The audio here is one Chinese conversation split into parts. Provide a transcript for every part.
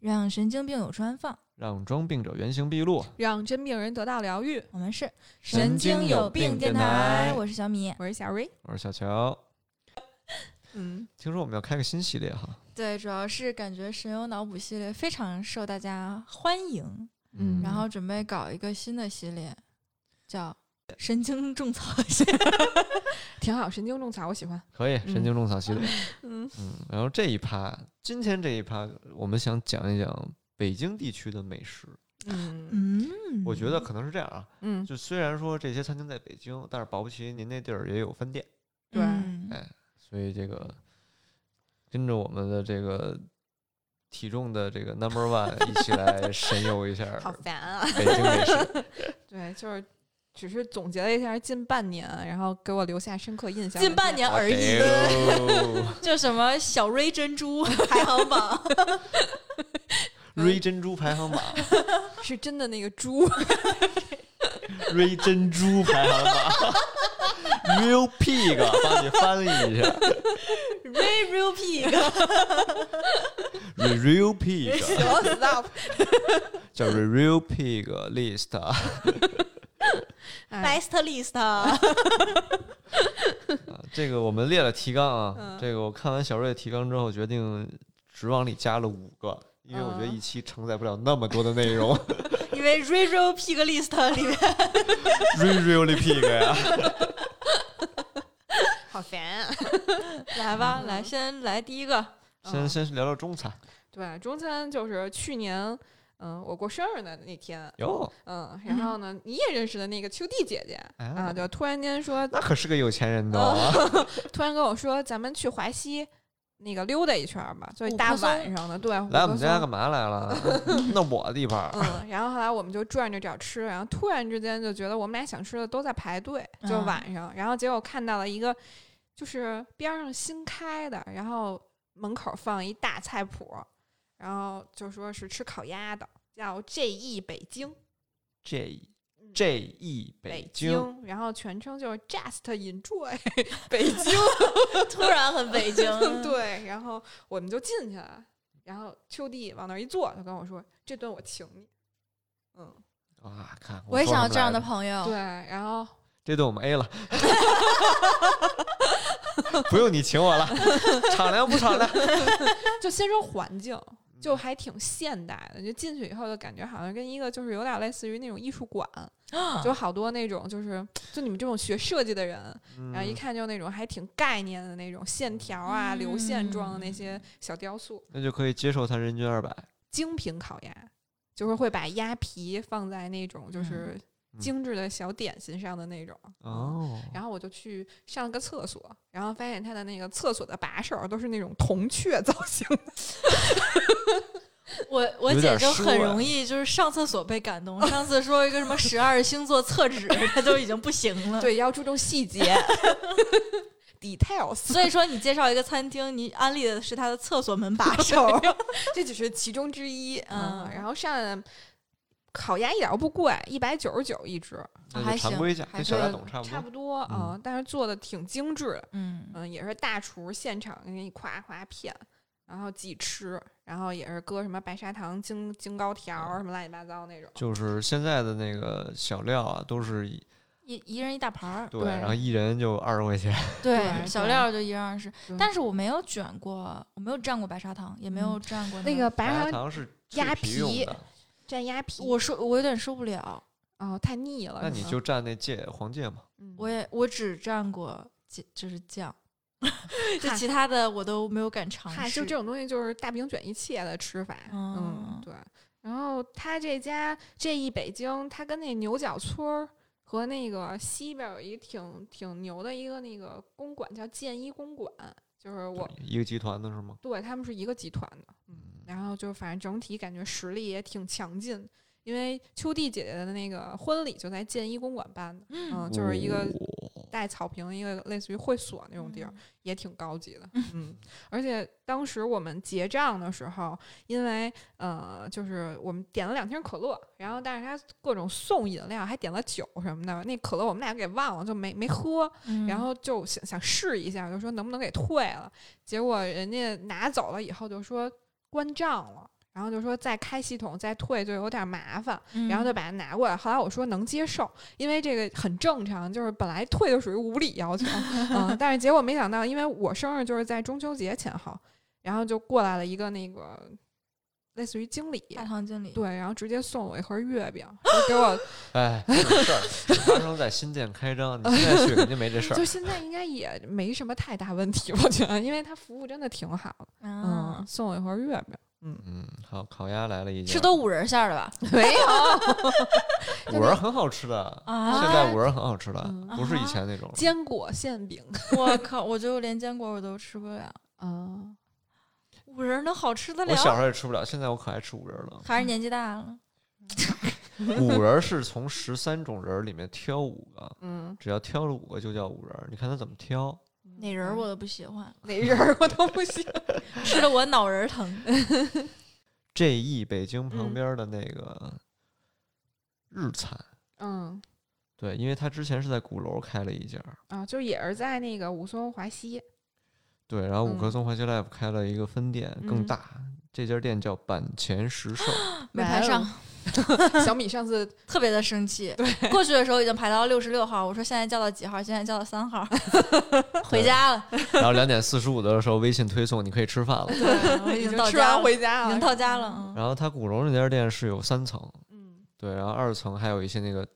让神经病有处安放。让装病者原形毕露。让真病人得到疗愈。我们是神经有病电台我是小米。我是小瑞，我是小乔，嗯，听说我们要开个新系列哈，对，主要是感觉神游脑补系列非常受大家欢迎，嗯然后准备搞一个新的系列，叫神经种草系列。挺好，神经种草，我喜欢。可以神经种草系列，嗯嗯，然后这一趴，今天这一趴，我们想讲一讲北京地区的美食。嗯 嗯，我觉得可能是这样啊，嗯，就虽然说这些餐厅在北京，但是保不齐您那地儿也有分店，对嗯哎所以这个跟着我们的这个体重的这个 number one 一起来神游一下烦啊。北京美 食。对，就是只是总结了一下近半年，啊然后给我留下深刻印象。近半年而已， 已。就什么小瑞珍珠 排行榜， 瑞珍珠排行榜，是真的那个猪， 瑞珍珠排行榜，Real Pig，帮你翻译一下 Ray Real Pig， ，Real Pig 死了 stop。叫 Real Pig List 啊。 哎， Best List。啊这个我们列了提纲啊，嗯这个我看完小瑞的提纲之后，决定只往里加了五个，因为我觉得嗯一期承载不了那么多的内容。因为 Radio Pig List 里面 Real Real Pig 呀，好烦啊。来吧，来先来第一个，嗯先先聊聊中餐对，中餐就是去年。嗯，我过生日的那天，哟，嗯，然后呢，你也认识的那个秋弟姐姐哎啊，就突然间说，那可是个有钱人哦 的啊，突然跟我说，咱们去华西那个溜达一圈儿吧，就是五大棵松晚上的，对，五来棵我们家松干嘛来 了？那我的地盘儿，嗯，然后后来我们就转着找吃，然后突然之间就觉得我们俩想吃的都在排队，就嗯晚上，然后结果看到了一个就是边上新开的，然后门口放一大菜谱，然后就说是吃烤鸭的，叫 JE 北京。 J J E 北京，然后全称就是 Just Enjoy 北京，，突然很北京 对，然后我们就进去了，然后秋弟往那儿一坐，就跟我说：“这顿我请你。”嗯，啊，看我也想要这样的友，朋友对，。然后这顿我们 A 了， 不用你请我了，敞亮不敞亮？就先说环境，就还挺现代的。就进去以后，就感觉好像跟一个就是有点类似于那种艺术馆，啊就好多那种就是就你们这种学设计的人，嗯然后一看就那种还挺概念的那种线条啊、嗯流线状的那些小雕塑。嗯那就可以接受它人均二百。精品烤鸭就是会把鸭皮放在那种就是嗯精致的小点心上的那种。哦，然后我就去上了个厕所，然后发现它的那个厕所的把手都是那种铜雀造型的，我我有姐点就失很望容易就是上厕所被感动。上次说一个什么十二星座厕纸，她都已经不行 了。，对，要注重细 节，details。 所以说你介绍一个餐厅，你安利的是他的厕所门把手。 这只是其中之一。嗯嗯，然后上烤鸭一点都不贵，一百九十九一只，那还就常行规价，还跟小是大董差不差多。不多啊、嗯但是做的挺精致的。嗯，嗯，也是大厨现场给你夸夸片，然后自己吃，然后也是搁什么白砂糖、京京糕条儿什么乱七八糟那种。嗯就是现在的那个小料啊，都是一一一人一大盘儿，对，对然后一人就二十块钱。对，对小料就一人二十对。但是我没有卷过，我没有蘸过白砂糖，也没有蘸过那个白白砂砂糖糖是鸭去皮用皮的，蘸鸭皮，我受我有点受不了，哦太腻了。那是你吗就蘸那芥黄芥嘛。嗯我也我只蘸过酱，就是 酱，就嗨其他的我都没有敢尝嗨，试。就这种东西啊就是大饼卷一切的吃法，哦嗯，对。然后他这家这一北京，他跟那牛角村儿和那个西边有一挺挺牛的一个那个公馆叫建一公馆，就是我一个集团的是吗？对他们是一个集团的，嗯。然后就反正整体感觉实力也挺强劲，因为秋弟姐姐的那个婚礼就在建一公馆办的，嗯，就是一个哦带草坪，一个类似于会所那种地儿。也挺高级的，嗯，而且当时我们结账的时候，因为呃，就是我们点了两瓶可乐，然后但是他各种送饮料，还点了酒什么的，那可乐我们俩给忘了，就没没喝，嗯，然后就想想试一下，就说能不能给退了，结果人家拿走了以后就说关账了，然后就说再开系统再退就有点麻烦，嗯然后就把它拿过来。后来我说能接受，因为这个很正常，就是本来退就属于无理 要求，嗯，但是结果没想到，因为我生日就是在中秋节前后，然后就过来了一个那个类似于经理，大堂经理，对，然后直接送我一盒月 饼，就给我哎，这种事儿发生在新店开张，你现在去肯定没这事就儿。现在应该也没什么太大问题，我觉得，因为他服务真的挺好的，嗯，嗯，送我一盒月 饼，嗯，好，烤鸭来了一家，吃都五仁馅儿的吧？没 有，五仁很好吃的，啊现在五仁很好吃的嗯，不是以前那种了。坚果馅饼我靠，我就连坚果我都吃不了，哦啊，五仁能好吃得我小了？。时候也吃不了，现在我可爱吃五仁了 还是年纪大了，五仁是从十三种仁儿里面挑五个，嗯，只要挑了五个就叫五仁儿。你看他怎么挑？哪仁儿我都不喜欢，哪嗯人儿我都不行，嗯吃的我脑仁儿疼。 J E 北京旁嗯边的那个日餐， 嗯对，因为他之前是在鼓楼开了一家，啊，就也是在那个武松华西，对，然后五棵嗯松华西 life 开了一个分店，更嗯大。这家店叫板前石兽，没排上，小米上 次特别的生气。过去的时候已经排到六十六号，我说现在叫到几号？现在叫到三 号，回家了。然后两点四十五的时候微信推送，你可以吃饭了。 对，我已哦已经经到吃家完了，回家已了，经到家了。嗯然后它鼓楼那家店是有三层，嗯，对，然后二层还有一些那个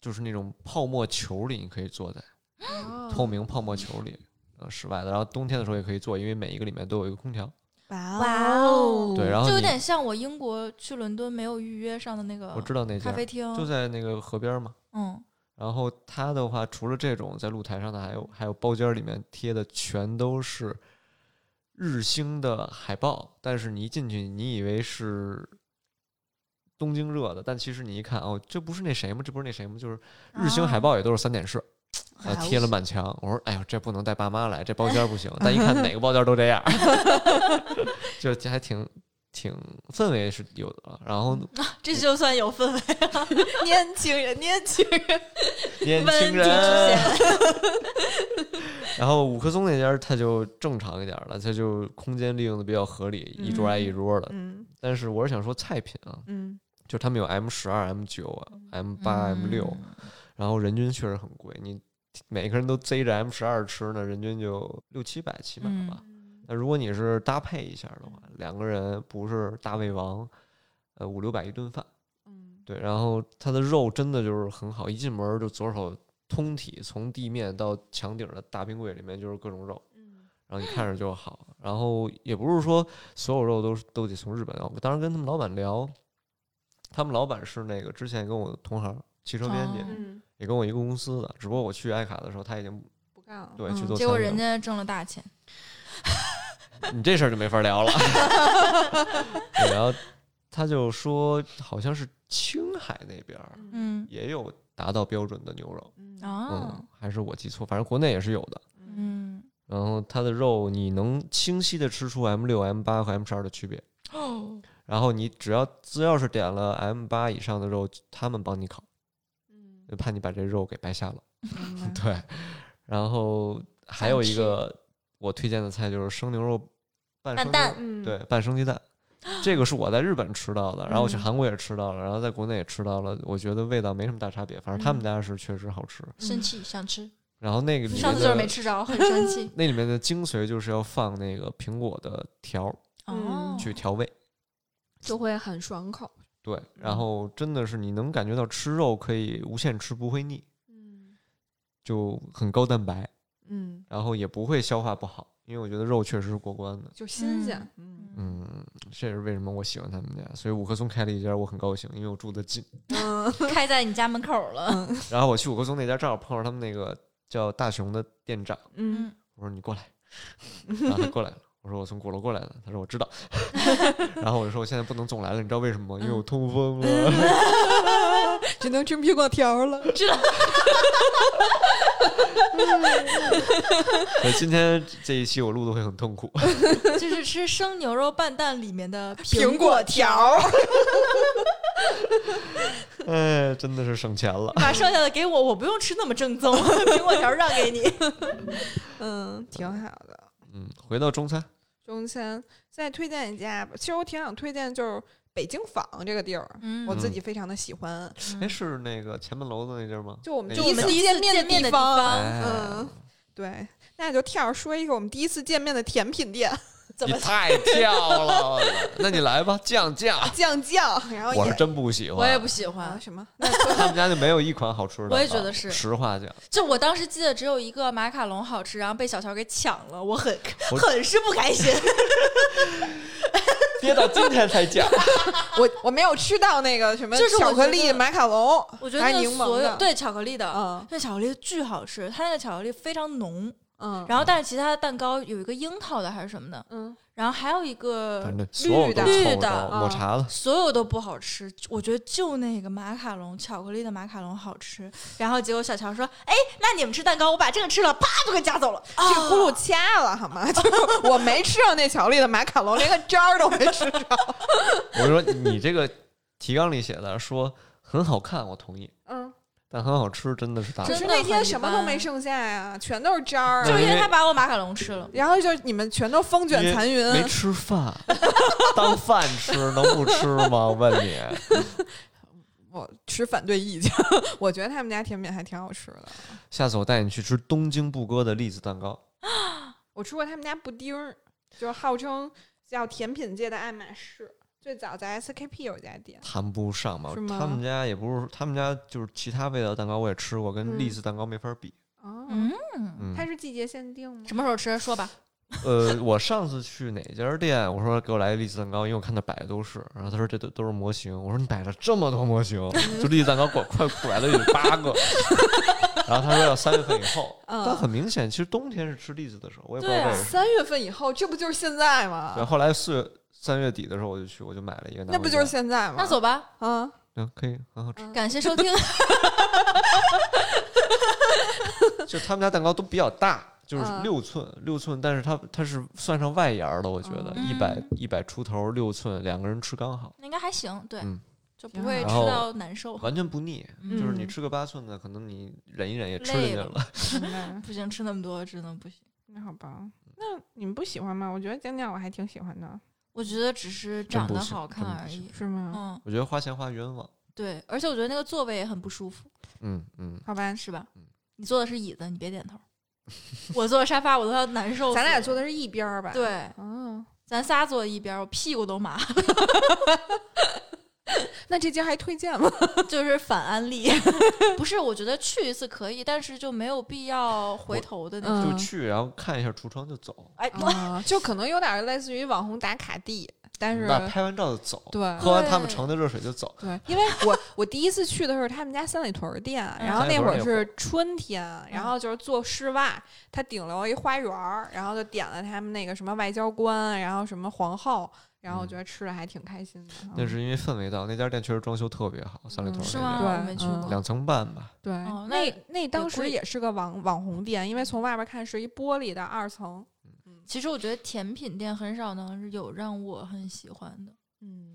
就是那种泡沫球里，你可以坐在哦嗯，透明泡沫球里。呃，室外的，然后冬天的时候也可以坐，因为每一个里面都有一个空调。哇哇哦对，然后就有你点像我英国去伦敦没有预约上的那个我知道那咖家啡厅，就在那个河边嘛。嗯，然后它的话，除了这种在露台上的，还有还有包间儿里面贴的全都是日星的海报，但是你一进去，你以为是东京热的，但其实你一看，哦，这不是那谁吗？这不是那谁吗？就是日哦星海报也都是三点式，啊，贴了满墙。我说，哎呦，这不能带爸妈来，这包间儿不 行。但一看哪个包间儿都 这样儿，就是还挺挺氛围是有的。啊 然后这就算有氛围啊了。年轻人，年轻人，年温轻度人之。前，然后五棵松那家儿它就正常一点儿了，它就空间利用的比较合理，一桌挨一桌的。嗯但是我是想说菜品啊，嗯就他们有 M 十二、M 九、M 啊八、M 嗯六，然后人均确实很贵，你每个人都贼着 M 十二吃呢，人均就六七百起码嗯吧。那如果你是搭配一下的话，两个人不是大胃王，呃五六百一顿饭。嗯，对，然后它的肉真的就是很好，一进门儿就左手通体从地面到墙顶儿的大冰柜里面就是各种肉，嗯然后你看着就好。然后也不是说所有肉都是都得从日本啊来，我当时跟他们老板聊，他们老板是那个之前跟我同行汽车编辑，哦嗯，也跟我一个公司的，只不过我去爱卡的时候他已经不干了，对去嗯做结餐果饮人了，家挣了大钱，你这事儿就没法聊了。 对，然后他就说好像是青海那边儿嗯嗯也有达到标准的牛肉。嗯啊嗯，，还是我记错，反正国内也是有的。嗯嗯，然后它的肉你能清晰的吃出 M 六、M 八和 M 十二的区别。哦，然后你只要只要是点了 M 八以上的肉，他们帮你烤，嗯就怕你把这肉给白瞎了。明 白对，然后还有一个我推荐的菜就是生牛肉拌拌生蛋牛嗯，对，拌生鸡蛋。这个是我在日本吃到的，然后我去嗯韩国也吃到了，然后在国内也吃到了，我觉得味道没什么大差别，反正他们嗯家是确实好吃。生气想吃，然后那个里面上次就是的没吃着，很生 气。那里面的精髓就是要放那个苹果的条儿哦，去调味，就会很爽口，对，嗯然后真的是你能感觉到吃肉可以无限吃不会腻，嗯就很高蛋白，嗯，然后也不会消化不好，因为我觉得肉确实是过关的。就新鲜，嗯嗯，这也是为什么我喜欢他们家，所以五棵松开了一家，我很高兴，因为我住得近。嗯开在你家门口了。然后我去五棵松那家，正好碰上他们那个叫大熊的店长，嗯我说你过来，然后他过来了。我说我从鼓楼过来的，他说我知道， 然后我就说我现在不能总来了，你知道为什嗯么吗？因为我痛风了。 只能吃苹果条了，所以今天这一期我录的会很痛苦。 就是吃生牛肉拌蛋里面的苹果 条，哎，真的是省钱了。把剩下的给我，我不用吃那么正宗， 苹果条让给你。嗯，挺好的。嗯，回到中餐，就中餐。再推荐一家，其实我挺想推荐就是北京坊这个地儿，嗯我自己非常的喜欢。哎，是那个前门楼子那地儿吗？就我那们第个我一们次第一次面见面的地地方哎嗯，对，那就跳着说一个我们第一次见面的甜品店，怎你么？太跳了， 那你来吧，降价。酱酱，然后我是也真不喜欢，我哦也不喜啊欢，什么，他们家就没有一款好吃的饭。我也觉得是实话讲， 就我当时记得只有一个马卡龙好吃，然后被小乔给抢了，我很我 很是不开 心。憋到今天才讲，我我没有吃到那个什么就是我巧克觉力得马卡龙，我觉得还那是个柠所檬有的，对巧克力的，嗯那巧克力巨好吃，它那个巧克力非常浓，嗯然后但是其他的蛋糕有一个樱桃的还是什么的，嗯，然后还有一个反正所有都绿的凑不着，嗯抹茶了。所有都不好吃，我觉得就那个马卡龙巧克力的马卡龙好吃。然后结果小乔说：“哎，那你们吃蛋糕，我把这个吃了，啪就给夹走了。这轱啊辘掐了好吗？ 就是我没吃到那巧克力的马卡龙，连个渣儿都没 吃着。我说你这个提纲里写的说很好看，我同意，嗯，但很好吃真的是大真错。可是的那天很一什么都般没剩下呀，全都是渣儿就对。是因为他把我马卡龙吃了。然后就你们全都风卷残云，没吃饭， 当饭吃能不吃吗？我问你，我持反对意见，我觉得他们家甜品还挺好吃的。下次我带你去吃东京布哥的栗子蛋糕。我吃过他们家布丁儿，就是号称叫甜品界的爱马仕，最早在 SKP 有一家店。谈不上吧是，吗他们家也不是，他们家就是其他味道的蛋糕我也吃过，跟嗯栗子蛋糕没法比。哦，嗯，嗯，它是季节限定吗？什么时候吃？说吧。呃，我上次去哪家店，我说给我来一栗子蛋糕，因为我看他摆的都是，然后他说这都都是模型，我说你摆了这么多模型，嗯就栗子蛋糕快快摆了有八个，然后他说要三月份以后，嗯但很明显，其实冬天是吃栗子的时候，我也不知对啊道为什么。三月份以后，这不就是现在然后吗？后来四月三月底的时候我就去，我就买了一个拿回家，啊那不就是现在吗？那走吧，啊！嗯可以很好吃，感谢收听。就他们家蛋糕都比较大。就是嗯六寸，六寸，但是它它是算上外沿儿的，我觉得嗯一百一百出头六寸，两个人吃刚好，应该还行，对嗯，就不会挺吃好到难哦受。完全不腻。嗯就是你吃个八寸的，可能你忍一忍也吃进累去了了。那不行，吃那么多真的不行。嗯 那好吧，那你们不喜欢吗？我觉得酱酱我还挺喜欢的，我觉得只是长真得不行好看真不而行已。是吗？嗯，我觉得花钱花冤枉。对，而且我觉得那个座位也很不舒服，嗯嗯，好吧，是吧嗯？你坐的是椅子，你别点头。我坐的沙发，我都要难受死了。咱俩坐的是一边儿吧？，对，嗯，咱仨坐一边，我屁股都麻，那这家还推荐吗？ 就是反安利。 不是，我觉得去一次可以，但是就没有必要回头的那种。嗯就去然后看一下橱窗就走，哎， 啊，就可能有点类似于网红打卡地，但是那拍完照就走，对喝完他们对盛的热水就走。对，因为我我第一次去的时候，他们家三里屯儿店，嗯然后三里那屯会儿儿嗯那会儿是春天，然后就是做室外，它顶楼一花园儿，然后就点了他们那个什么外交官，然后什么皇后，然后我觉得吃的还挺开心的。那是因为氛围到那家店确实装修特别好，三里 屯嗯是那吗？家我对没去嗯过。两层半吧。对，哦那那那当时贵也是个网网红店，因为从外边看是一玻璃的二层，其实我觉得甜品店很少能有让我很喜欢的，嗯，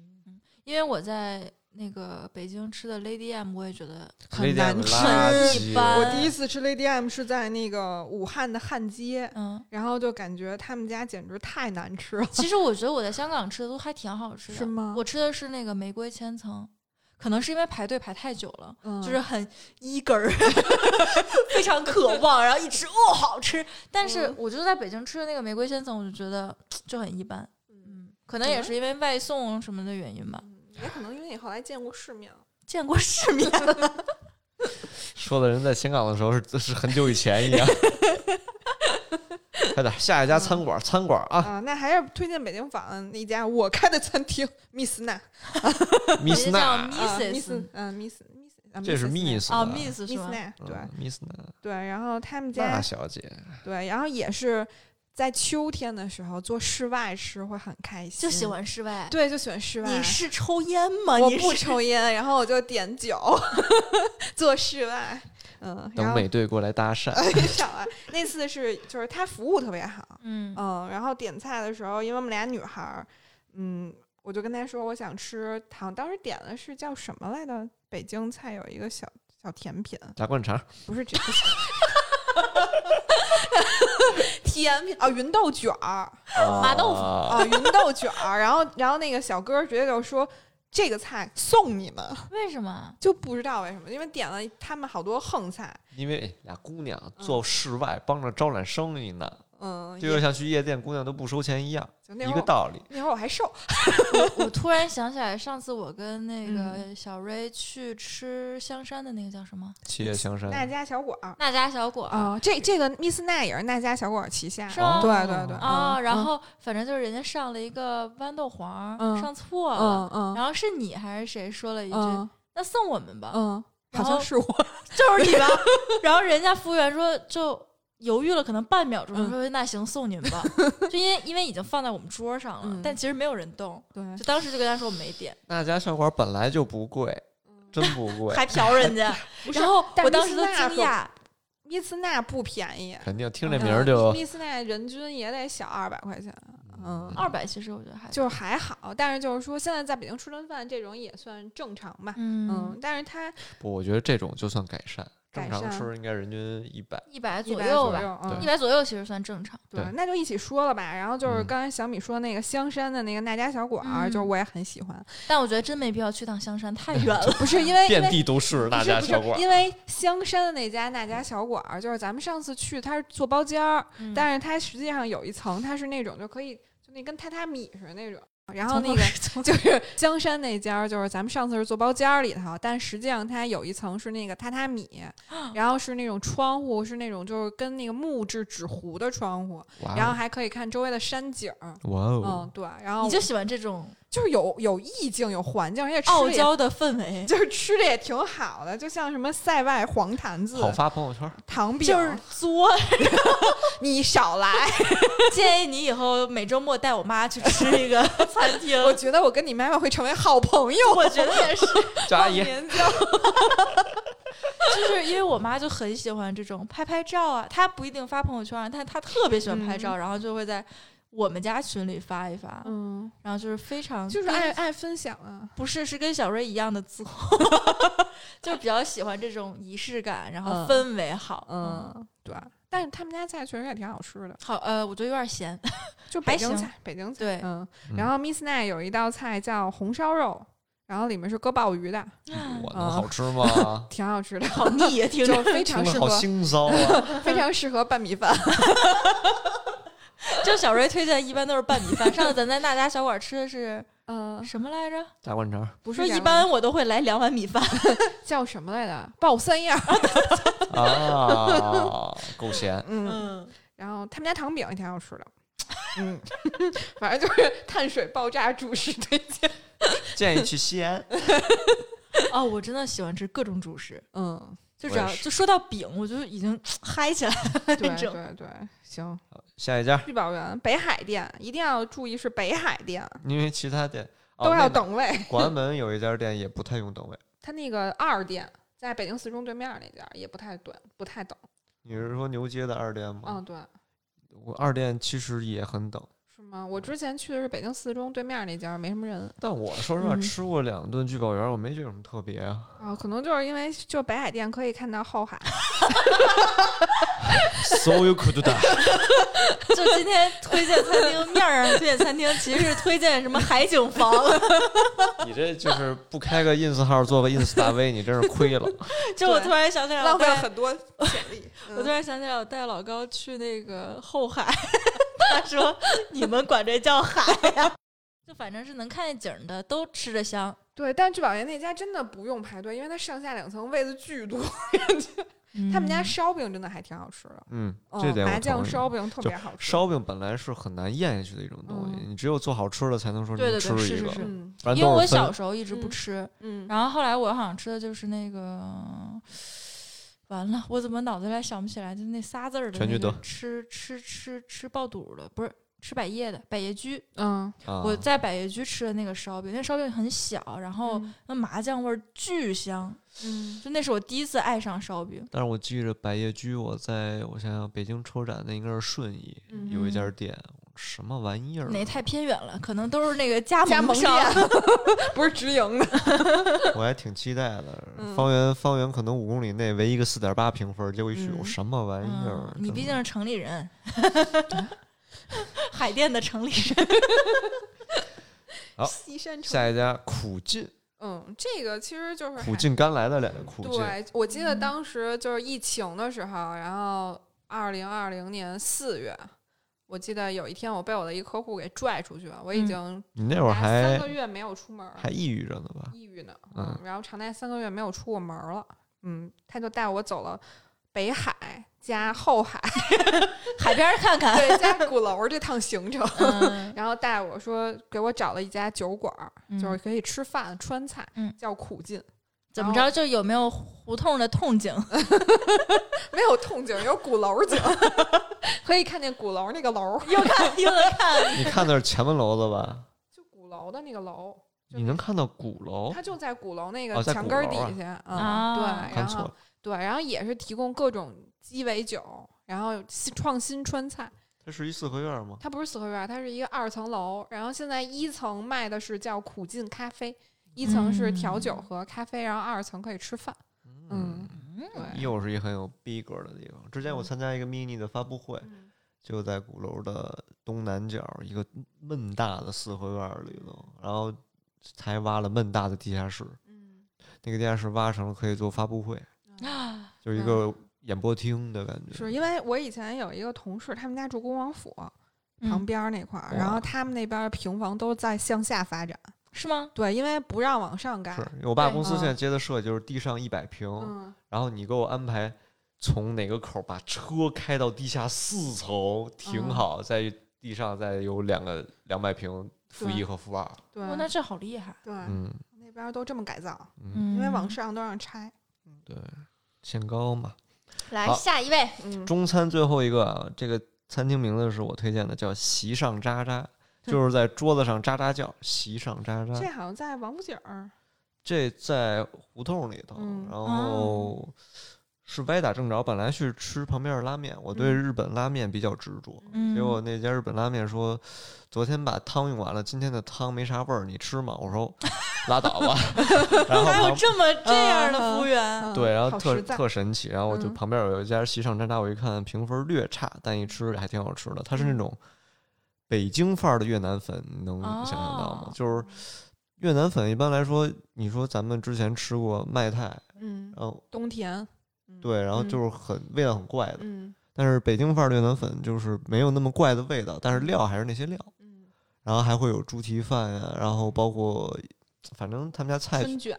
因为我在那个北京吃的 Lady M，我也觉得那很店难垃吃吃。圾一般我第一次吃 Lady M 是在那个武汉的汉街， 嗯。然后就感觉他们家简直太难吃了，其实我觉得我在香港吃的都还挺好吃的，是吗我吃的是那个玫瑰千层，可能是因为排队排太久了，嗯就是很一根儿， 非常渴望，然后一吃哦好吃。但是嗯我就在北京吃的那个玫瑰千层，我就觉得就很一般，嗯，可能也嗯是因为外送什么的原因吧。也可能因为你后来见过世面了。见过世面了，说的人在香港的时候是是很久以前一样。 快点，下一家餐馆，餐馆啊啊，那还是推荐北京坊那家我开的餐厅，Miss 娜嗯，Miss 人娜，家啊叫 Miss， Mrs 嗯，Miss Miss，啊这是 Miss 啊吧 Miss 是 Miss 吧？娜，对嗯 Miss 娜，对，然后他们娜家小姐，对，然后也是在秋天的时候做室外吃会很开心，就喜欢室外。嗯对，就喜欢室外。你是抽烟吗？我你不是 抽烟，然后我就点酒 做室外，嗯，然等后 美队过来搭讪。少啊，那次是就是他服务特别好，嗯嗯，然后点菜的时候，因为我们俩女孩儿，嗯，我就跟她说我想吃，好像当时点的是叫什么来着？北京菜有一个小小甜品，炸灌肠，不是这，不是，甜品啊，芸豆卷儿麻豆腐啊啊，芸豆卷儿。然后，然后那个小哥直接就说：“这个菜送你们。”为什么？就不知道为什么，因为点了他们好多横菜，因为哎俩姑娘做室外帮着招揽生意呢，嗯，这也就像去夜店姑娘都不收钱一样，就那一会个儿道理。那会儿我还瘦，我突然想起来，上次我跟那个嗯小瑞去吃香山的那个叫什么七夜香山那家小馆儿那家小馆儿哦啊，这这个 Miss 奈也是那家小馆儿旗哦下，是吗对对对啊，嗯然后反正就是人家上了一个豌豆黄，嗯上错了。嗯嗯然后是你还是谁说了一句：“嗯那送我们吧。嗯，然好后像是我， 就是你吧。然后人家服务员说，就犹豫了可能半秒钟，嗯说：“那行，送你们 吧。”就因为因为已经放在我们桌上了，嗯但其实没有人动。对，就当时就跟他说我没点，那家小馆本来就不贵，嗯真不贵，还嫖人家。是然后但我当丽时丝都娜惊可讶， Miss 奈不便宜，肯定听这嗯名儿就 Miss 奈人均也得小二百块钱，嗯。二百其实我觉得还就是还好，但是就是说，现在在北京吃顿饭这种也算正常吧，嗯嗯，但是它不，我觉得这种就算改善，正改常善吃应该人均一百。一百一左百右左吧，右，嗯一百左右其实算正常。对对，那就一起说了吧。然后就是嗯刚才小米说那个香山的那个那家小馆儿，嗯就是我也很喜欢，但我觉得真没必要去趟香山，太远了。不是因为因遍为地都是那不家是不小馆是，因为香山的那家那家小馆儿，就是咱们上次去，它是做包间儿，嗯 但是它实际上有一层，它是那种就可以就那跟榻榻米似的那种。然后从头那个 就是香山那家儿，就是咱们上次是做包间儿里头，但实际上它有一层是那个榻榻米，啊然后是那种窗户，是那种就是跟那个木质纸糊的窗户，啊哇然后哦还可以看周围的山景儿。哇嗯哦，，对，然后你就喜欢这种就是有有意境、有环境，而且吃傲的也娇的氛围，就是吃的也挺好的，就像什么塞外黄坛子、好发朋友圈儿。糖饼，就是作。 你少来。建议你以后每周末带我妈去吃这 个餐厅。我觉得我跟你妈妈会成为好朋友。我觉得也是，叫阿姨，年交 就是因为我妈就很喜欢这种拍拍照啊，她不一定发朋友圈啊，但她特别喜欢拍照，然后就会在我们家群里发一发，嗯，然后就是非常就是跟爱爱分享啊。不是是跟小瑞一样的 自控，就是比较喜欢这种仪式感，然后嗯氛围好，嗯，嗯，对。但是他们家菜确实也挺好吃的，好呃，我觉得有点 咸，就北京还行菜，北京菜。对嗯，嗯然后 Miss Night 有一道菜叫红烧肉，然后里面是搁鲍鱼的，嗯我能啊？好吃吗 挺 好吃的，好腻也听就着，非听常着适好合，腥臊 啊！非常适合拌 米饭。就小瑞推荐一般都是拌米饭，上次咱在那家小馆吃的是嗯，什么来着？大灌肠不说是一凉般我都会来两碗米饭，的叫什么来着？鲍三样。儿啊，够咸。嗯，嗯，然后他们家糖饼也挺好吃的。嗯， 反正就是碳水爆炸主食推荐。建议去 西安， 哦，我真的喜欢吃各种主食。嗯，就我只要也是就说到饼，我就已经嗨起来了那嗯 对种。对对，行。下一家，聚宝园北海店一定要注意是北海店，因为其他店都要。等位。哦那个广安门有一家店也不太用等位，他那个二店在北京四中对面那家也不太对，不太等。你是说牛街的二店吗？嗯，对，我二店其实也很等，是吗？我之前去的是北京四中对面那家，没什么人但我说实话，嗯吃过两顿聚宝园，我没觉得有什么特别啊。啊，可能就是因为就北海店可以看到后海。 So you could do。就今天推荐餐厅，面儿啊上推荐餐厅，其实是推荐什么海景 房， 你这就是不开个 ins 号，做个 ins 大 V，你真是 亏了。就我突然想起 来，我带多潜 力。我嗯突然想起来，我带老高去那个后海，他说你们管这叫海呀、就反正是能看见景儿的，都吃着香。对，但聚宝园那家真的不用排队，因为它上下两层位子巨多。他们家烧饼真的还挺好吃的，嗯，这哦嗯，点麻我同酱意。烧饼特就别好吃。烧饼本来是很难咽下去的一种东西，嗯你只有做好吃的才能说你对对吃对，是一是个。是。嗯反正因为我都是小分时候一直不嗯吃，嗯，然后后来我好像吃的就是那个，完了，我怎么脑子里还想不起来？就那仨字儿的、全那聚个德吃吃吃吃爆肚的，不是吃百叶的百叶居。嗯，啊。我在百叶居吃的那个烧饼，那烧饼很小，然后那麻酱味儿巨香，嗯就那是我第一次爱上烧饼。但是我记着百叶居，我在我想想北京车展那应该是顺义嗯有一家店，我什么玩意儿？哪太偏远了，可能都是那个加加盟商。店 不是直营哦的，我还挺期待的。嗯方圆方圆可能五公里内唯一个四点八评分，结果一去有嗯什么玩意儿嗯？，你哎真毕的竟是城里人，海淀的城里人。好西山城。下一家苦尽嗯，这个其实就是苦还尽甘来的两个苦尽，对，我记得嗯当时就是疫情的时候，然后二零二零年四月，我记得有一天我被我的一客户给拽出去了，我已嗯经你那会大儿概三还个月没有出门儿，还抑郁着呢吧？抑郁呢，嗯嗯，然后长达三个月没有出过门儿了，嗯，他就带我走了北海加 后海，海边儿看看。对，加鼓楼这趟行程。嗯然后带我说，给我找了一家酒馆儿， 就是嗯可以吃饭川菜，嗯叫苦尽，怎么着就有没有胡同的痛 景？没有痛景，有鼓楼景， 可以看见鼓楼那个楼，又看又能 看，你看的是前门楼子吧？就鼓楼的那个楼，就你能看到鼓楼它？就在鼓楼那哦个在墙鼓根儿楼啊底下，啊嗯，对，看然错后了，对，然后也是提供各种鸡尾酒，然后新创新川菜。它是一四合院吗？它不是四合院儿，它是一个二层楼，然后现在一层卖的是叫苦尽咖啡，一层是调酒嗯和咖啡，然后二层可以吃饭。嗯，对，又是一很有逼格的地方。之前我嗯参加一个 mini 的发布会，嗯就在鼓楼的东南角一个闷大的四合院里头，然后才挖了闷大的地下室，嗯，那个地下室挖成了可以做发布会，嗯就是一个演播厅的感觉。嗯是因为我以前有一个同事，他们家住恭王府旁边儿那块儿，嗯哇然后他们那边儿平房都在向下发展，是吗？对，因为不让往上盖是，哦因为我爸对公司现在嗯接的设计就是地上一百平，嗯，然后你给我安排从哪个口儿把车开到地下四层停嗯好，在地上再有两个两百平负一对和负二。对，哇，那这好厉害！对嗯那边儿都这么改造，嗯，嗯因为往上都让拆，限高嘛。来好下一位，嗯，中餐最后一个啊，这个餐厅名字是我推荐的，叫席上喳喳，就是在桌子上喳喳叫，席上喳这喳。好像在王府井儿，这在胡同里头，嗯然后是歪打正着，本来去吃旁边的拉面，我对嗯日本拉面比较执着。嗯，结果那家日本拉面说，昨天把汤用完了，今天的汤没啥味儿，你吃吗？我说 拉倒吧。 然后还有旁这么这样的服务员，嗯对，然后好特实在特神奇，然后我就嗯旁边有一家西上渣渣，我一看评分略差，但一吃嗯还挺好吃的。它是那种北京范儿的越南粉，你能想象到吗哦？就是越南粉一般来说，你说咱们之前吃过麦泰，嗯，然后东田，嗯，对，然后嗯就是很味道很怪的，嗯但是北京范儿的越南粉就是没有那么怪的味道，但是料还是那些料，嗯。然后还会有猪蹄饭呀、然后包括反正他们家菜春卷，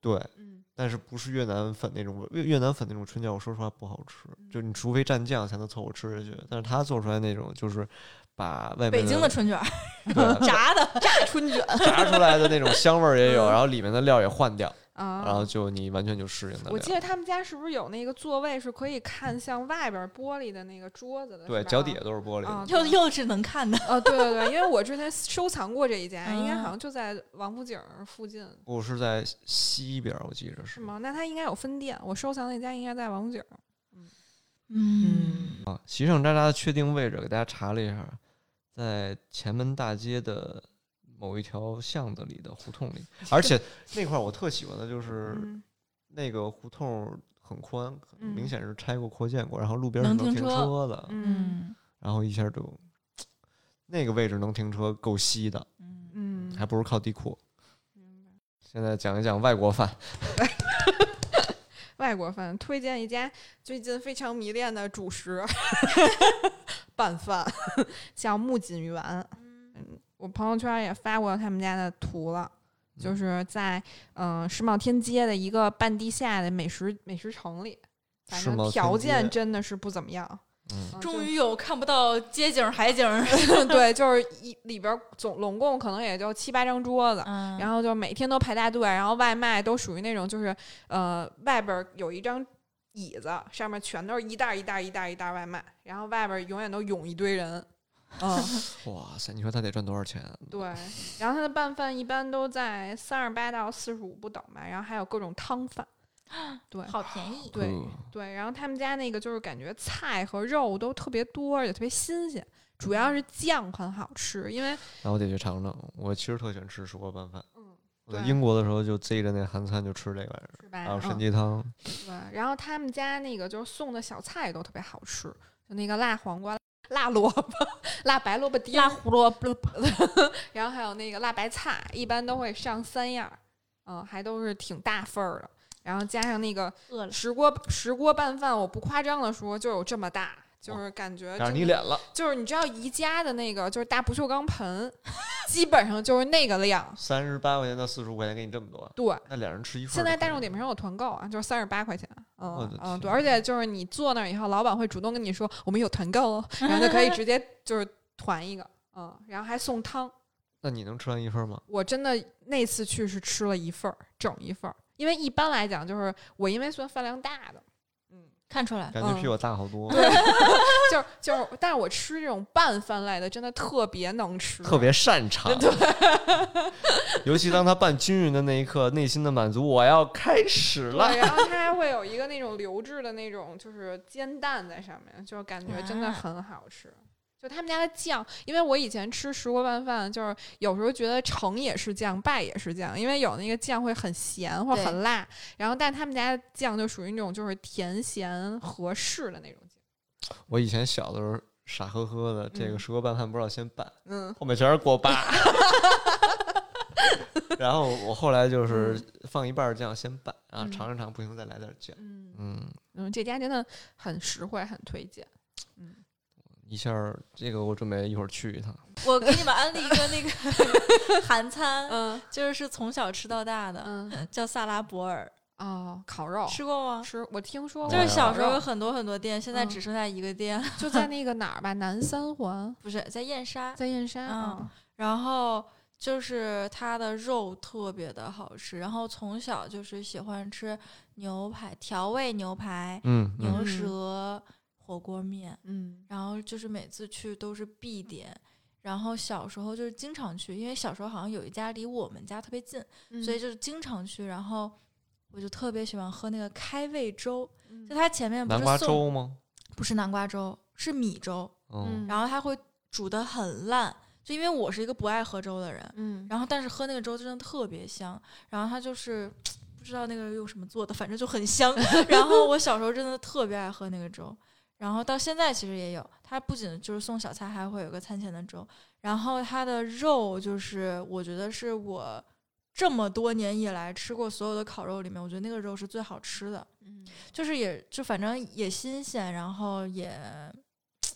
对。 嗯，但是不是越南粉那种味越越南粉那种春卷，我说实话不好吃，就你除非蘸酱才能凑合吃下去。但是他做出来那种就是把外面北京的的春卷儿对炸的炸春卷，炸出来的那种香味儿也有，嗯然后里面的料也换掉，啊，然后就你完全就适应得我记了。得他们家是不是有那个座位是可以看向外边玻璃的那个桌子的？对，是吧脚底下。都是玻璃啊的。又又是能看的。哦，对对对，因为我之前收藏过这一家，应该啊好像就在王府井儿附近，我是在西边儿，我记着是是吗？那它应该有分店，我收藏那家应该在王府井儿。嗯，啊。席上渣渣的确定位置给大家查了一下，在前门大街的某一条巷子里的胡同 里，而且那块儿我特喜欢的就是嗯，那个胡同很宽，很明嗯显是拆过扩建过，然后路边儿是能能停停车车的，嗯然后一下就那个位置能停车够稀的，嗯，嗯，还不如靠地库。明白现在讲一讲外国 饭，外国饭推荐一家最近非常迷恋的 主食，拌饭，叫木槿园。嗯，我朋友圈也发过他们家的图了，就嗯是在嗯、呃世贸天阶的一个半地下的美食美食城里，反世正贸条天街件真的是不怎么样。嗯，嗯终于有看不到街景海景儿，就 对，就是一里边儿总拢共可能也就七八张桌子，然然后就每天都排大队，然后外卖都属于那种就是呃外边儿有一张椅子，上面全都是一袋儿一袋儿一袋儿一袋儿外卖，然后外边儿永远都涌一堆人。嗯，哇塞，你说他得赚多少钱？啊对。然后它的拌饭一般都在三十八到四十五不等吧，然后还有各种汤饭，对好便 宜，对嗯对，然后他们家那个就是感觉菜和肉都特别多，而且特别新鲜，主要是酱很好吃，因为那我得去尝尝。我其实特喜欢吃蜀国拌饭，嗯我在对英国的时候就贼着那韩餐就吃这玩意儿，是吧？还有参嗯鸡汤。对，然后他们家那个就是送的小菜都特别好吃，就那个辣黄瓜、辣萝卜、辣白萝卜丁辣儿，胡萝卜，然后还有那个辣白菜，一般都会上三样儿，嗯，还都是挺大份儿的。然后加上那个饿了，石锅石锅拌饭，我不夸张的说，就有这么大，就是感觉打哎真你的脸了，就是你知道宜家的那个就是大不锈钢盆，基本上就是那个量。三十八块钱到四十五块钱给你这么多，对，那俩人吃一份儿就现在可大以众了点评上有团购啊，就是三十八块钱。我嗯的嗯，对，天而且就是你坐那儿以后，老板会主动跟你说我们有团购哦，然后就可以 直接就是团一个，嗯，然后还送汤。那你能吃完一份儿吗？我真的那次去是吃了一份儿，整一份儿，因为一般来讲就是我因为算饭量大的，嗯，看出来，感觉嗯比我大好多， 就是就是，但是我吃这种拌饭类的真的特别能吃，特别擅长。 尤其当他拌均匀的那一刻，内心的满足，我要开始了。对，然后它还会有一个那种流质的那种，就是煎蛋在上面，就感觉真的啊很好吃。就他们家的酱，因为我以前吃石锅拌饭，就是有时候觉得成也是酱，败也是酱，因为有那个酱会很咸或对很辣，然后但他们家的酱就属于那种就是甜咸合适的那种酱。我以前小的时候傻呵呵的，这个嗯石锅拌饭不知道先拌，嗯，后面全是锅巴。 然后我后来就是放一半儿酱先拌啊，嗯尝一尝，不行再来点酱。嗯嗯，嗯，这家真的很实惠，很推荐。嗯一下儿这个我准备一会儿去一趟。我给你们安利一个那个 韩餐，嗯就是是从小吃到大的，嗯，叫萨拉博尔，哦，烤肉吃过吗？吃，我听说就过是小烤时候肉有很多很多店，现在嗯只剩下一个店，就在那个哪儿吧，南三环。不是在燕莎，在燕山嗯啊，然后就是它的肉特别的好吃，然后从小就是喜欢吃牛排、调味牛排、嗯，嗯牛舌火锅面，嗯然后就是每次去都是必点。然后小时候就是经常去，因为小时候好像有一家离我们家特别近，嗯所以就是经常去。然后我就特别喜欢喝那个开胃粥，嗯就它前面不南是瓜送粥吗？不是南瓜粥，是米粥，嗯，然后它会煮得很烂。就因为我是一个不爱喝粥的人，嗯，然后但是喝那个粥真的特别香，然后它就是不知道那个用什么做的，反正就很香。然后我小时候真的特别爱喝那个粥，然后到现在其实也有，它不仅就是送小菜，还会有个餐前的粥，然后它的肉就是我觉得是我。这么多年以来吃过所有的烤肉里面，我觉得那个肉是最好吃的，嗯就是也就反正也新鲜，然后也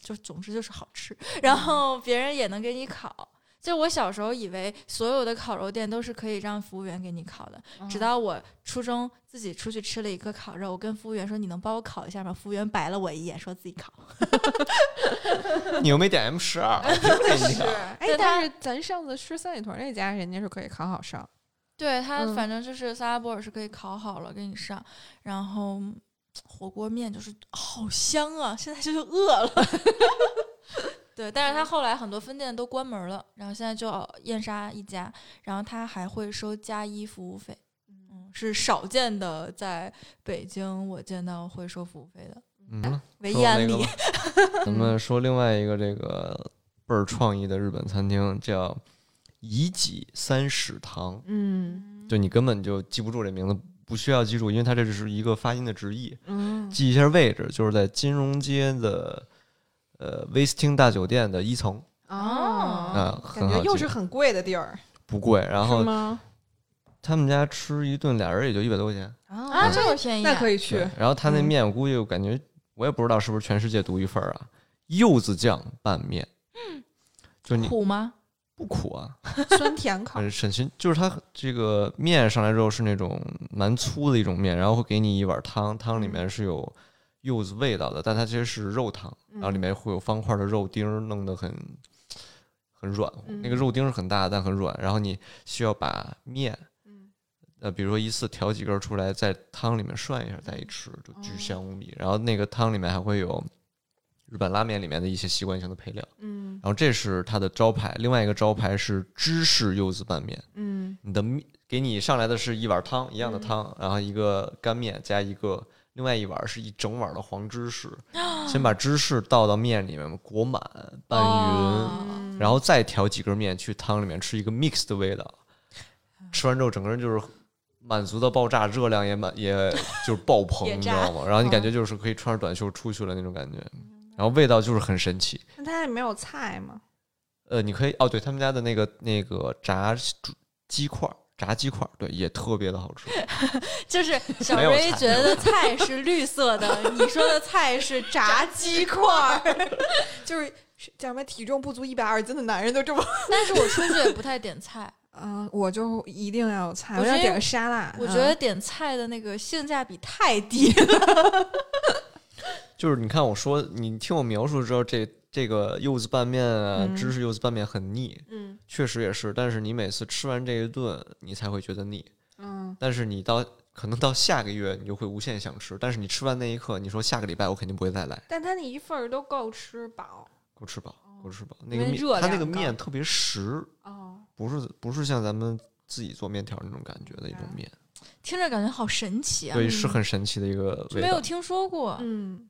就总之就是好吃，然后别人也能给你烤。就我小时候以为所有的烤肉店都是可以让服务员给你烤的，嗯直到我初中自己出去吃了一个烤肉，我跟服务员说：“你能帮我烤一下吗？”服务员白了我一眼，说自己烤。你又没点 M 十二，我凭什么给你啊是，点哎对，它但是咱上次吃三里屯那家，人家是可以烤好上，对他，嗯反正就是萨拉波尔是可以烤好了给你上，然后嗯火锅面就是好香啊！现在就是饿了。 对，但是他后来很多分店都关门了，然后现在就燕莎一家，然后他还会收加一服务费，嗯，是少见的在北京我见到会收服务费的，嗯，唯说一案那个例 吧。咱们说另外一个这个倍儿创意的日本餐厅，叫乙己三史堂。嗯就你根本就记不住这名字，不需要记住，因为它这只是一个发音的直译。嗯记一下位置，就是在金融街的呃威斯汀大酒店的一层啊嗯哦，很感好觉又记是很贵的地儿，不贵。然是后吗？他们家吃一顿，俩人也就一百多块钱。啊，这么便宜、啊，那可以以去对，然后他那嗯面，我估计我感觉我也不知道是不是全世界独一份儿啊，柚子酱拌面，嗯就你苦吗？不苦啊，酸甜 烤很省心。就是它这个面上来之后是那种蛮粗的一种面，然后会给你一碗汤，汤嗯里面是有柚子味道的，但它其实是肉汤，然嗯后里面会有方块的肉丁儿，弄得很很软乎。那个嗯肉丁儿很大，但很软。然后你需要把面，嗯呃，比如说一次挑几根儿出来，在汤里面涮一下，再一吃，就巨香无哦比。然后那个汤里面还会有日本拉面里面的一些习惯性的配料。嗯然后这是它的招牌，另外一个招牌是芝士柚子拌面。嗯你的面给给你上来的是一碗汤一嗯样的汤，然后一个干面加一个另外一碗是一整碗的黄芝士，啊先把芝士倒到面里面裹满拌匀，哦嗯然后再调几根面去汤里面吃一个 mix 的味道。嗯吃完之后，整个人就是满足到爆炸，热量也满， 也就是爆棚，也你知炸道吗？然后你感嗯觉就是可以穿着短袖出去了那种感觉，嗯然后味道就是很神奇。那它也没有菜吗？呃，你可以哦，对他们家的那个那个炸猪鸡块儿，炸鸡块儿，对，也特别的好 吃。 就是小没有瑞菜觉 得菜是绿色的，你说的菜是炸 鸡块儿，就是叫什么体重不足一百二十斤的男人都这么。但是我出去也不太点菜，嗯，我就一定要有菜，我我要觉得点个沙拉。我嗯觉得点菜的那个性价比太低了。 就是你看我说，你听我描述之后，这这个柚子拌面啊，嗯芝士柚子拌面很腻，嗯确实也是。但是你每次吃完这一顿，你才会觉得腻。嗯，但是你到可能到下个月，你就会无限想吃。但是你吃完那一刻，你说下个礼拜我肯定不会再来，但它那一份儿都够吃饱。够吃饱，够吃饱。那哦因个为面热，它那量个高面特别实，哦，不是不是像咱们自己做面条那种感觉的一种啊面，听着感觉好神奇啊，对，是嗯很神奇的一个就味没有道。听说过。嗯，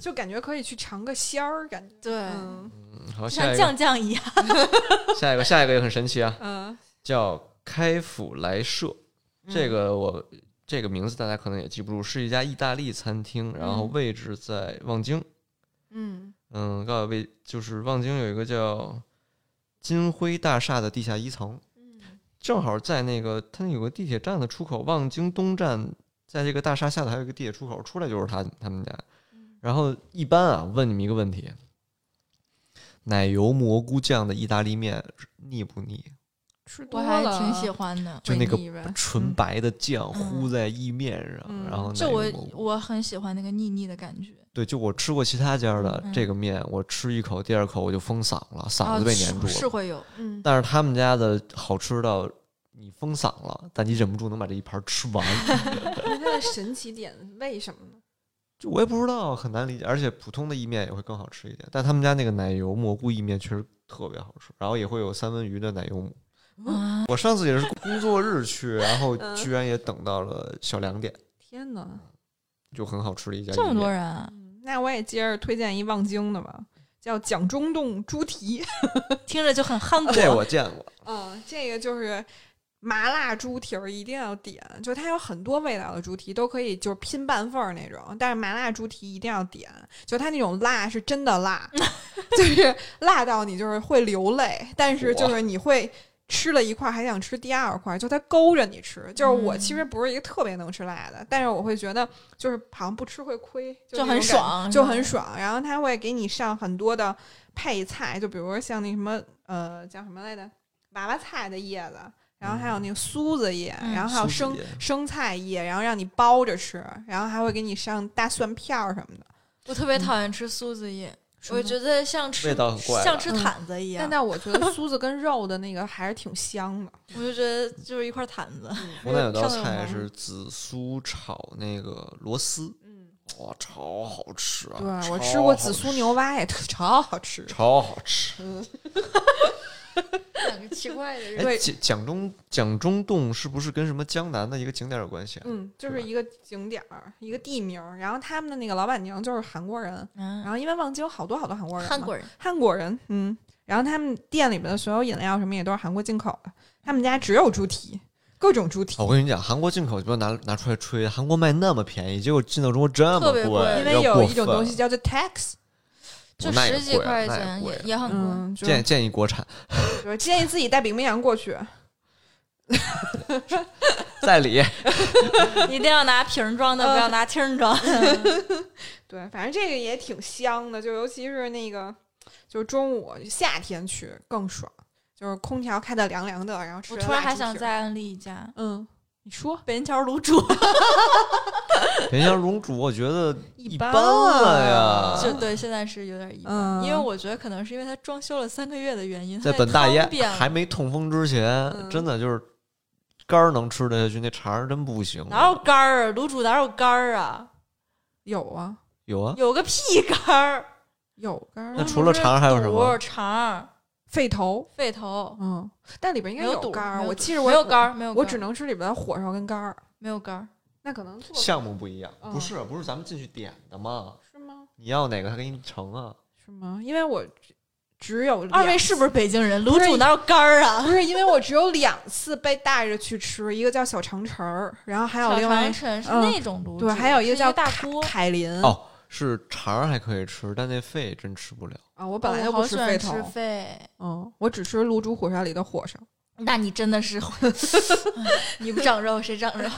就感觉可以去尝个鲜儿，感觉。对，嗯嗯，好，像下一酱个，酱一样。下一个，下一个也很神奇啊，嗯，叫开府来社。这嗯个我这个名字大家可能也记不住，是一家意大利餐厅，然后嗯位置在望京。嗯嗯，告诉位就是望京有一个叫金辉大厦的地下一层，嗯正好在那个它有个地铁站的出口，望京东站，在这个大厦下头还有一个地铁出口，出来就是他他们家。然后一般啊，问你们一个问题：奶油蘑菇酱的意大利面腻不腻？吃多我了还挺喜欢的。就会那个腻呗纯嗯白的酱嗯糊在意面上，嗯然后就奶我油蘑菇。我很喜欢那个腻腻的感觉，对，就我吃过其他家的嗯这个面，我吃一口，第二口我就封嗓了，嗓啊子被是粘住了。是会有，嗯，但是他们家的好吃到你封嗓了，但你忍不住能把这一盘吃完。 那它的神奇点为什么呢？就我也不知道，很难理解。而且普通的意面也会更好吃一点，但他们家那个奶油蘑菇意面确实特别好吃，然后也会有三文鱼的奶油蘑。啊，我上次也是工作日去，然后嗯居然也等到了小两点，天哪！就很好吃的一家意这面。么多人啊，嗯那我也接着推荐一望京的吧，叫蒋中洞猪蹄。听着就 很憨果。这我见过，嗯，这个就是麻辣猪蹄儿，一定要点。就它有很多味道的猪蹄都可以，就是拼半份儿那种，但是麻辣猪蹄一定要点。就它那种辣是真的 辣，就是辣到你就是会流泪，但是就是你会。吃了一块儿还想吃第二块儿，就它勾着你吃。就是我其嗯实不是一个特别能吃辣的，但是我会觉得就是好像不吃会亏，就就那很种感爽就是吧很爽。然后它会给你上很多的配菜，就比如说像那什么呃叫什么来着，娃娃菜的叶子，然后还有那个苏子叶，嗯然后还有苏子生叶生菜叶，然后让你包着吃，然后还会给你上大蒜片儿什么的。我特别讨厌吃苏子叶，我得，觉得像吃味道很怪像吧吃嗯毯子一样但。但我觉 得苏子跟肉的那个还是挺香的。我就觉得就是一块毯子，嗯湖南有道上菜有吗是紫苏炒那个螺丝，嗯，哇，超好吃啊！对超我吃过好紫苏吃牛蛙，也特超好吃。超好吃。 两个奇怪的哎，蒋蒋中蒋中洞是不是跟什么江南的一个景点有关系啊？嗯，就是是吧一个景点儿，一个地名儿。然后他们的那个老板娘就是韩国人，然嗯，后因为望京有好多好多韩国人嘛，韩国人韩国人，嗯，然后他们店里面的所有饮料什么也都是韩国进口的，他们家只有猪蹄，各种猪蹄啊我，跟你讲，韩国进口就不要拿拿出来吹，韩国卖那么便宜，结果进到中国这么特别贵要因为有过一种分东西叫做 tax，就那也十几贵啊块那也钱贵也也很贵。嗯，就建建议国产就是建议自己带饼面羊过去，在 理。 一定要拿瓶装的，不要拿听装。对，反正这个也挺香的，就尤其是那个，就是中午夏天去更爽，就是空调开的凉凉的，然后吃我着突然辣还猪想蹄儿，再安利一家嗯，你说 北京桥卤 煮，人家荣主，我觉得一般般了啊就 呀。对，现在是有点一般，嗯，因为我觉得可能是因为它装修了三个月的原因，它在那本大汤爷变了还没痛风之前，嗯真的就是肝儿能吃得下去，那肠儿真不行啊。哪有肝儿啊？卤煮哪有肝儿 啊？有啊，有啊？有个屁肝儿！嗯有干儿那啊除了肠儿还有什卤么煮是肚肠儿、肺头，肺头，嗯，但里边应该没有肚肝儿。没有我肚记着我没有肝儿，没有我肝儿只能吃里边的火烧跟肝儿。没有肝儿，那可能做项目不一样，嗯不是不是咱们进去点的吗？是吗？你要哪个他给你盛啊？是吗？因为我只只有二两位是不是北京人？不卤是煮哪有肝儿啊？不 是因为我只有两次被带着去吃，一个叫小长城儿，然后还有小另外长城是嗯那种卤煮，对，还有是一一个叫大凯锅。凯林哦是肠儿还可以吃，但那肺真吃不了。啊，我本来我就不好吃喜欢肺头，吃肺，嗯，我只吃卤煮火烧里的火烧，那你真的是， 哎你不长肉谁长肉？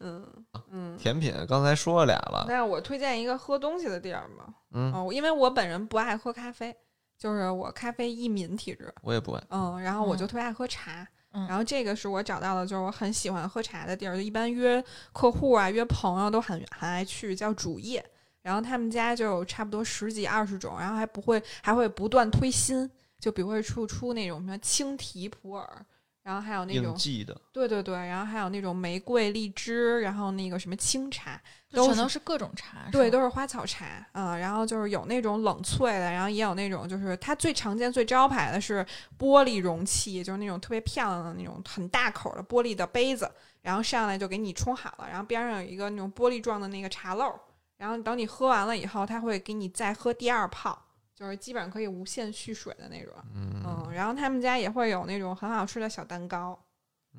嗯嗯。甜品刚才说了俩了，那我推荐一个喝东西的地儿吧，嗯，哦，因为我本人不爱喝咖啡，就是我咖啡易敏体质，我也不爱。嗯，然后我就嗯特别爱喝茶。嗯然后这个是我找到的，就是我很喜欢喝茶的地儿，就一般约客户啊、约朋友都很很爱去，叫主业。然后他们家就有差不多十几二十种，然后还不会还会不断推新，就比如会出出那种什么青提普洱，然后还有那应种季的，对对对，然后还有那种玫瑰荔枝，然后那个什么清茶，就都全 是都是各种茶，对，都是是花草茶啊、然后就是有那种冷萃的，然后也有那种就是它最常见、最招牌的是玻璃容器，就是那种特别漂亮的那种很大口的玻璃的杯子，然后上来就给你冲好了，然后边上有一个那种玻璃状的那个茶漏，然后等你喝完了以后，它会给你再喝第二泡，就是基本上可以无限续水的那种。嗯嗯，然后他们家也会有那种很好吃的小蛋糕，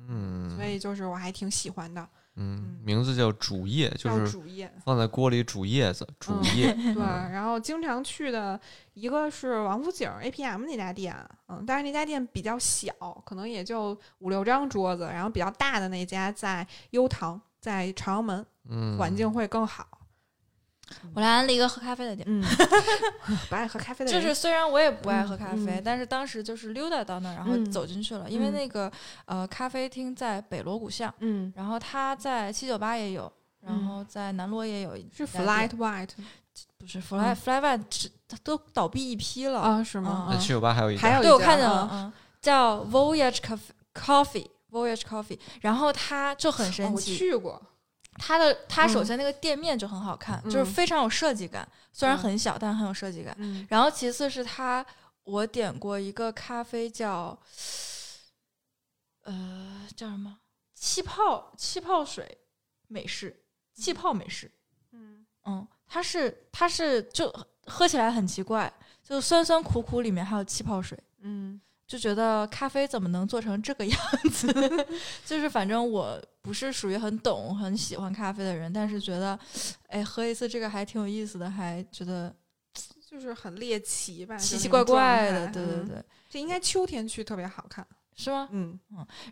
嗯所以就是我还挺喜欢的，嗯，名字叫煮叶，就叫是主业。放在锅里煮叶子，煮嗯 叶。对，然后经常去的一个是王府井 APM 那家店，嗯，但是那家店比较小，可能也就五六张桌子，然后比较大的那家在优堂，在朝阳门，嗯，环境会更好。我来安利一个喝咖啡的地儿。 嗯，不爱喝咖啡的就人是虽然我也不爱喝咖嗯啡，嗯但是当时就是溜达到那儿，然后嗯走进去了，因为嗯那个呃咖啡厅在北锣鼓巷，嗯然后它在七九八也有，嗯然后在南锣也有一是家店， Flight White 不是 Fly 嗯 Fly One 只它都倒闭一批了，啊，是吗？那七九八还有一还家哦有对我一家看见了啊，嗯，叫 Voyage Coffee Coffee Voyage Coffee，然后它就很哦神我奇，去过，它的它首嗯先那个店面就很好看，嗯就是非常有设计感，虽然嗯很小，但很有设计感。嗯然后其次是它，我点过一个咖啡叫，呃，叫什么？气泡气泡水美式，气泡美式。嗯嗯，它是它是就喝起来很奇怪，就酸酸苦苦，里面还有气泡水。嗯就觉得咖啡怎么能做成这个样子？ 就是反正我不是属于很懂、很喜欢咖啡的人，但是觉得，哎，喝一次这个还挺有意思的，还觉得就是很猎奇吧，奇就奇那怪种状怪的。态对对嗯对，这应该秋天去特别好看，是吗？嗯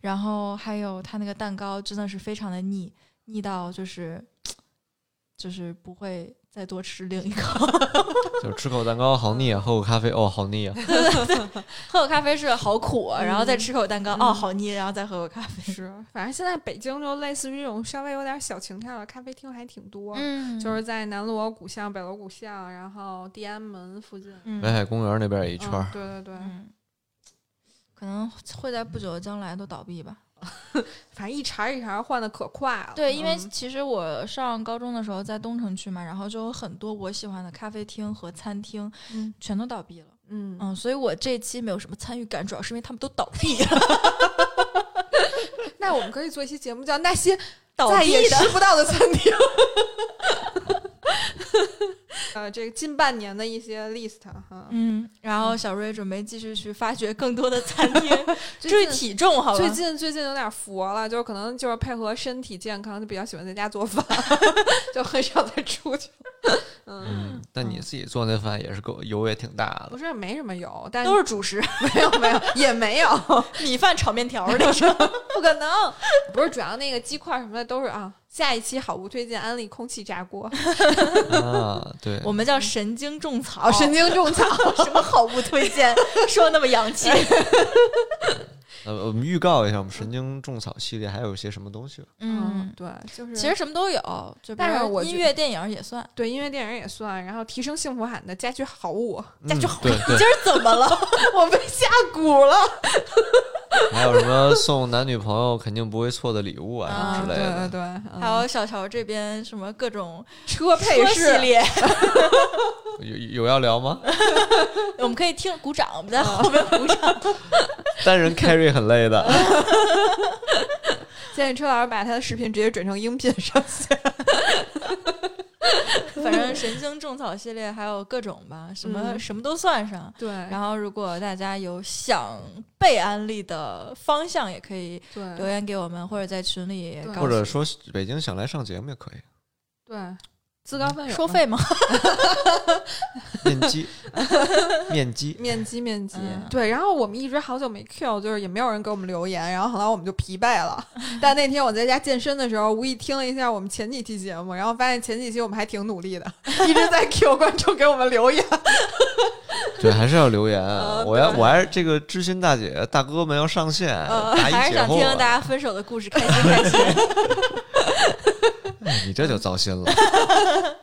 然后还有它那个蛋糕真的是非常的腻，腻到就是就是不会再多吃另 一口。就是吃口蛋嗯糕好腻啊，喝口咖啡哦好腻啊。喝口咖啡是好苦啊，然后再嗯吃口蛋糕，嗯哦，好腻，然后再喝口咖啡。是，反正现在北京就类似于这种稍微有点小情调的咖啡厅还挺多，嗯就是在南锣鼓巷、北锣鼓巷，然后地安门附近北嗯海公园那边也一一圈儿，对对对，嗯，可能会在不久的将来都倒闭吧。反正一茬儿一茬儿换的可快了。对，因为嗯其实我上高中的时候在东城区嘛，然后就有很多我喜欢的咖啡厅和餐厅嗯全都倒闭了。嗯嗯，所以我这期没有什么参与感，主要是因为他们都倒闭 了，那我们可以做一期节目，叫那些倒再也闭的。吃不到的餐厅。 呃，这个近半年的一些 list 哈，嗯，然后小瑞准备继续去发掘更多的餐 厅，最注意近体重，好吧？最近最近有点佛了，就是可能就是配合身体健康，就比较喜欢在家做饭， 就很少再出去了。嗯，嗯，但你自己做那饭也是够油也挺大不的，是没什么油，但都是主食，没有没有也没 有，米饭炒面条儿那种。不可能。不是主要那个鸡块什么的都是啊。下一期好物推荐安利空气炸锅， 啊，对， 我们叫哦神经种草，神 经种草。什么好物推荐？说那么洋 气，呃，我们预告一下，我们神经种草系列还有一些什么东西吧？嗯，对，就是其实什么都有，就比但是如我音觉乐、电影儿也算。对音乐电影也算，然后提升幸福感的家 居好物，嗯，对对今，儿怎么了？我被下蛊了。还有什么送男女朋友肯定不会错的礼物啊啊之类对对的。对， 嗯还有小乔这边什么各 种车配车系饰，列，有有要聊吗？ 我们可以听鼓掌，我们在后面鼓掌。单人 carry 很累的。建议车老师把他的视频直接转成音频上线。反正神经种草系列还有各种吧，什么、嗯什么都算上。对，然后，如果大家有想被安利的方向，也可以留对言给我们，或者在群里告对诉或者说北京想来上节目也可以，对，自告奋勇，收费吗？面基，面基，面基面基，嗯对。然后我们一直好久没 Q，就是也没有人给我们留言，然后后来我们就疲惫 了。但那天我在家健身的时候，无意听了一下我们前几期节目，然后发现前几期我们还挺努力 的，一直在 Q 观众给我们留言。对，还是要留言。啊呃我要，对我还是这个知心大姐大哥们要上线，呃哦哎答还疑是解想听惑听大啊。家分手的故事，开心 开心。哎你这就糟心了。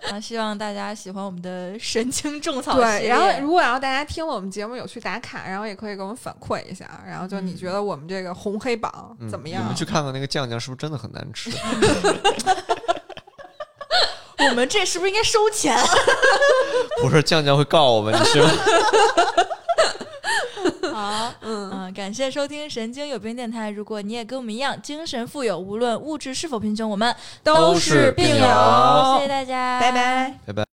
啊，希望大家喜欢我们的神经种草系对，列。然后如果要大家听了我们节目有去打卡，然后也可以给我们反馈一下，然后就你嗯觉得我们这个红黑榜嗯怎么你样们？去看看那个酱酱是不是真的很难吃？ 我们这是不是应该收钱？不是酱酱会告我们，你是吗？ 好， 嗯嗯，感谢收听神经有病电台。如果你也跟我们一样精神富有，无论物质是否贫穷，我们都是病友谢谢大家，拜拜。拜拜。